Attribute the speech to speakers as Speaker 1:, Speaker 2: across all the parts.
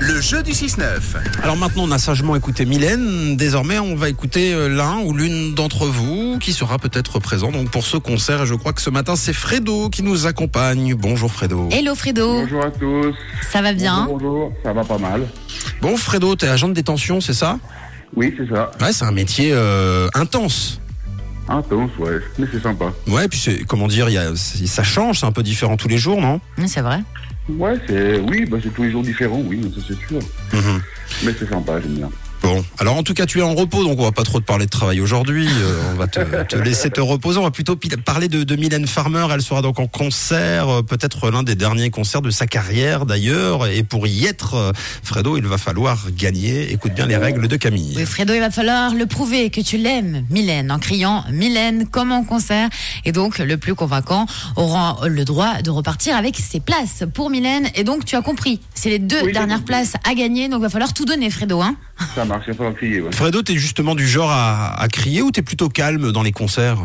Speaker 1: Le jeu du 6-9.
Speaker 2: Alors maintenant, on a sagement écouté Mylène. Désormais, on va écouter euh, l'un ou l'une d'entre vous qui sera peut-être présent donc pour ce concert. Et je crois que ce matin, c'est Fredo qui nous accompagne. Bonjour Fredo.
Speaker 3: Hello Fredo,
Speaker 4: Bonjour à tous.
Speaker 3: ça va bien
Speaker 4: Bonjour, bonjour. ça va pas mal.
Speaker 2: Bon Fredo, t'es agent de détention, c'est ça
Speaker 4: Oui, c'est ça.
Speaker 2: Ouais, c'est un métier euh, intense.
Speaker 4: Intense, ouais, mais c'est sympa.
Speaker 2: Ouais, puis c'est comment dire, il y a- c'est- ça change, c'est un peu différent tous les jours, non
Speaker 3: Oui, C'est vrai.
Speaker 4: Ouais, c'est oui, bah c'est tous les jours différents, oui, ça c'est sûr.
Speaker 2: Mhm.
Speaker 4: Mais c'est sympa, j'aime bien.
Speaker 2: Bon, alors en tout cas, tu es en repos, donc on va pas trop te parler de travail aujourd'hui. Euh, on va te, te laisser te reposer. On va plutôt pil- parler de, de Mylène Farmer. Elle sera donc en concert, euh, peut-être l'un des derniers concerts de sa carrière d'ailleurs. Et pour y être, euh, Fredo, il va falloir gagner. Écoute bien les règles de Camille.
Speaker 3: Oui, Fredo, il va falloir le prouver que tu l'aimes, Mylène, en criant Mylène comme en concert. Et donc, le plus convaincant aura le droit de repartir avec ses places pour Mylène. Et donc, tu as compris, c'est les deux
Speaker 4: Oui, j'ai
Speaker 3: dernières
Speaker 4: compris.
Speaker 3: places à gagner. Donc, il va falloir tout donner, Fredo. Hein
Speaker 4: Ça marche, il pas crier, ouais.
Speaker 2: Fredo, t'es justement du genre à, à crier ou t'es plutôt calme dans les concerts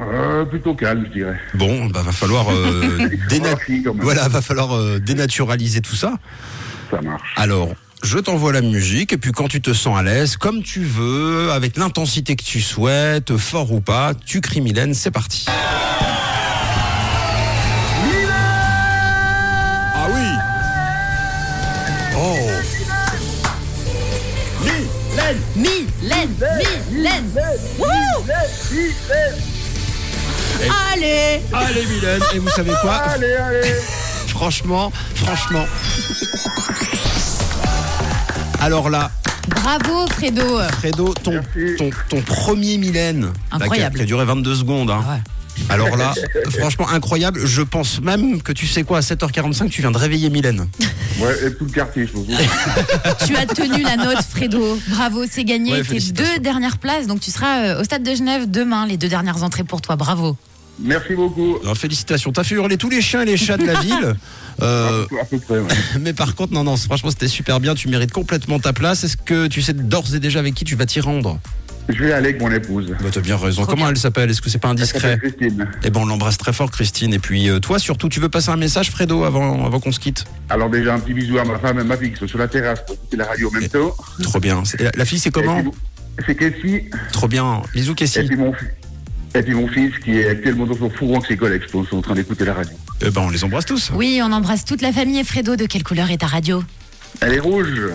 Speaker 4: Euh, plutôt calme, je dirais.
Speaker 2: Bon, bah va falloir euh, déna-
Speaker 4: Ah, si, quand même.
Speaker 2: voilà, va falloir euh, dénaturaliser tout ça.
Speaker 4: Ça marche.
Speaker 2: Alors, je t'envoie la musique et puis quand tu te sens à l'aise, comme tu veux, avec l'intensité que tu souhaites, fort ou pas, tu cries Mylène, c'est parti. Ah oui Oh
Speaker 3: Mylène, Mylène Wouhou Allez
Speaker 2: Allez Mylène, et vous savez quoi
Speaker 4: Allez, allez.
Speaker 2: Franchement, franchement. Alors là,
Speaker 3: Bravo, Fredo
Speaker 2: Fredo, ton,
Speaker 4: Merci.
Speaker 2: ton, ton premier Mylène, là, qui a-
Speaker 3: Incroyable.
Speaker 2: qui a duré 22 secondes. hein.
Speaker 3: Ah ouais.
Speaker 2: Alors là, franchement incroyable. Je pense même que tu sais quoi, à 7h45, tu viens de réveiller Mylène.
Speaker 4: Ouais, et tout le quartier, je pense.
Speaker 3: Tu as tenu la note, Fredo. Bravo, c'est gagné.
Speaker 2: Ouais,
Speaker 3: Tes
Speaker 2: félicitations.
Speaker 3: deux dernières places. Donc, tu seras euh, au Stade de Genève demain. Les deux dernières entrées pour toi. Bravo.
Speaker 4: Merci beaucoup.
Speaker 2: Alors, félicitations, t'as fait hurler tous les chiens et les chats de la ville. Euh,
Speaker 4: À peu près, ouais.
Speaker 2: mais par contre, non, non, c'est- franchement, c'était super bien. Tu mérites complètement ta place. Est-ce que tu sais d'ores et déjà avec qui tu vas t'y rendre
Speaker 4: Je vais aller avec mon épouse.
Speaker 2: Bah, t'as bien raison. Comment elle s'appelle Est-ce que c'est pas
Speaker 4: Elle s'appelle
Speaker 2: indiscret
Speaker 4: Christine.
Speaker 2: Eh ben, on l'embrasse très fort, Christine. Et puis, euh, toi, surtout, tu veux passer un message, Fredo, avant, avant qu'on se quitte
Speaker 4: Alors déjà, un petit bisou à ma femme et ma fille qui sont sur la terrasse pour écouter la radio en même temps.
Speaker 2: Trop bien. C'est- La, la fille, c'est
Speaker 4: Et
Speaker 2: comment
Speaker 4: puis, C'est Cassie
Speaker 2: Trop bien. Bisous,
Speaker 4: et
Speaker 2: Cassie.
Speaker 4: puis mon fils. Et puis mon fils qui est actuellement dans son fourgon avec ses collègues, je pense, sont en train d'écouter la radio.
Speaker 2: Eh ben, on les embrasse tous.
Speaker 3: Oui, on embrasse toute la famille. Et Fredo, de quelle couleur est ta radio
Speaker 4: Elle est rouge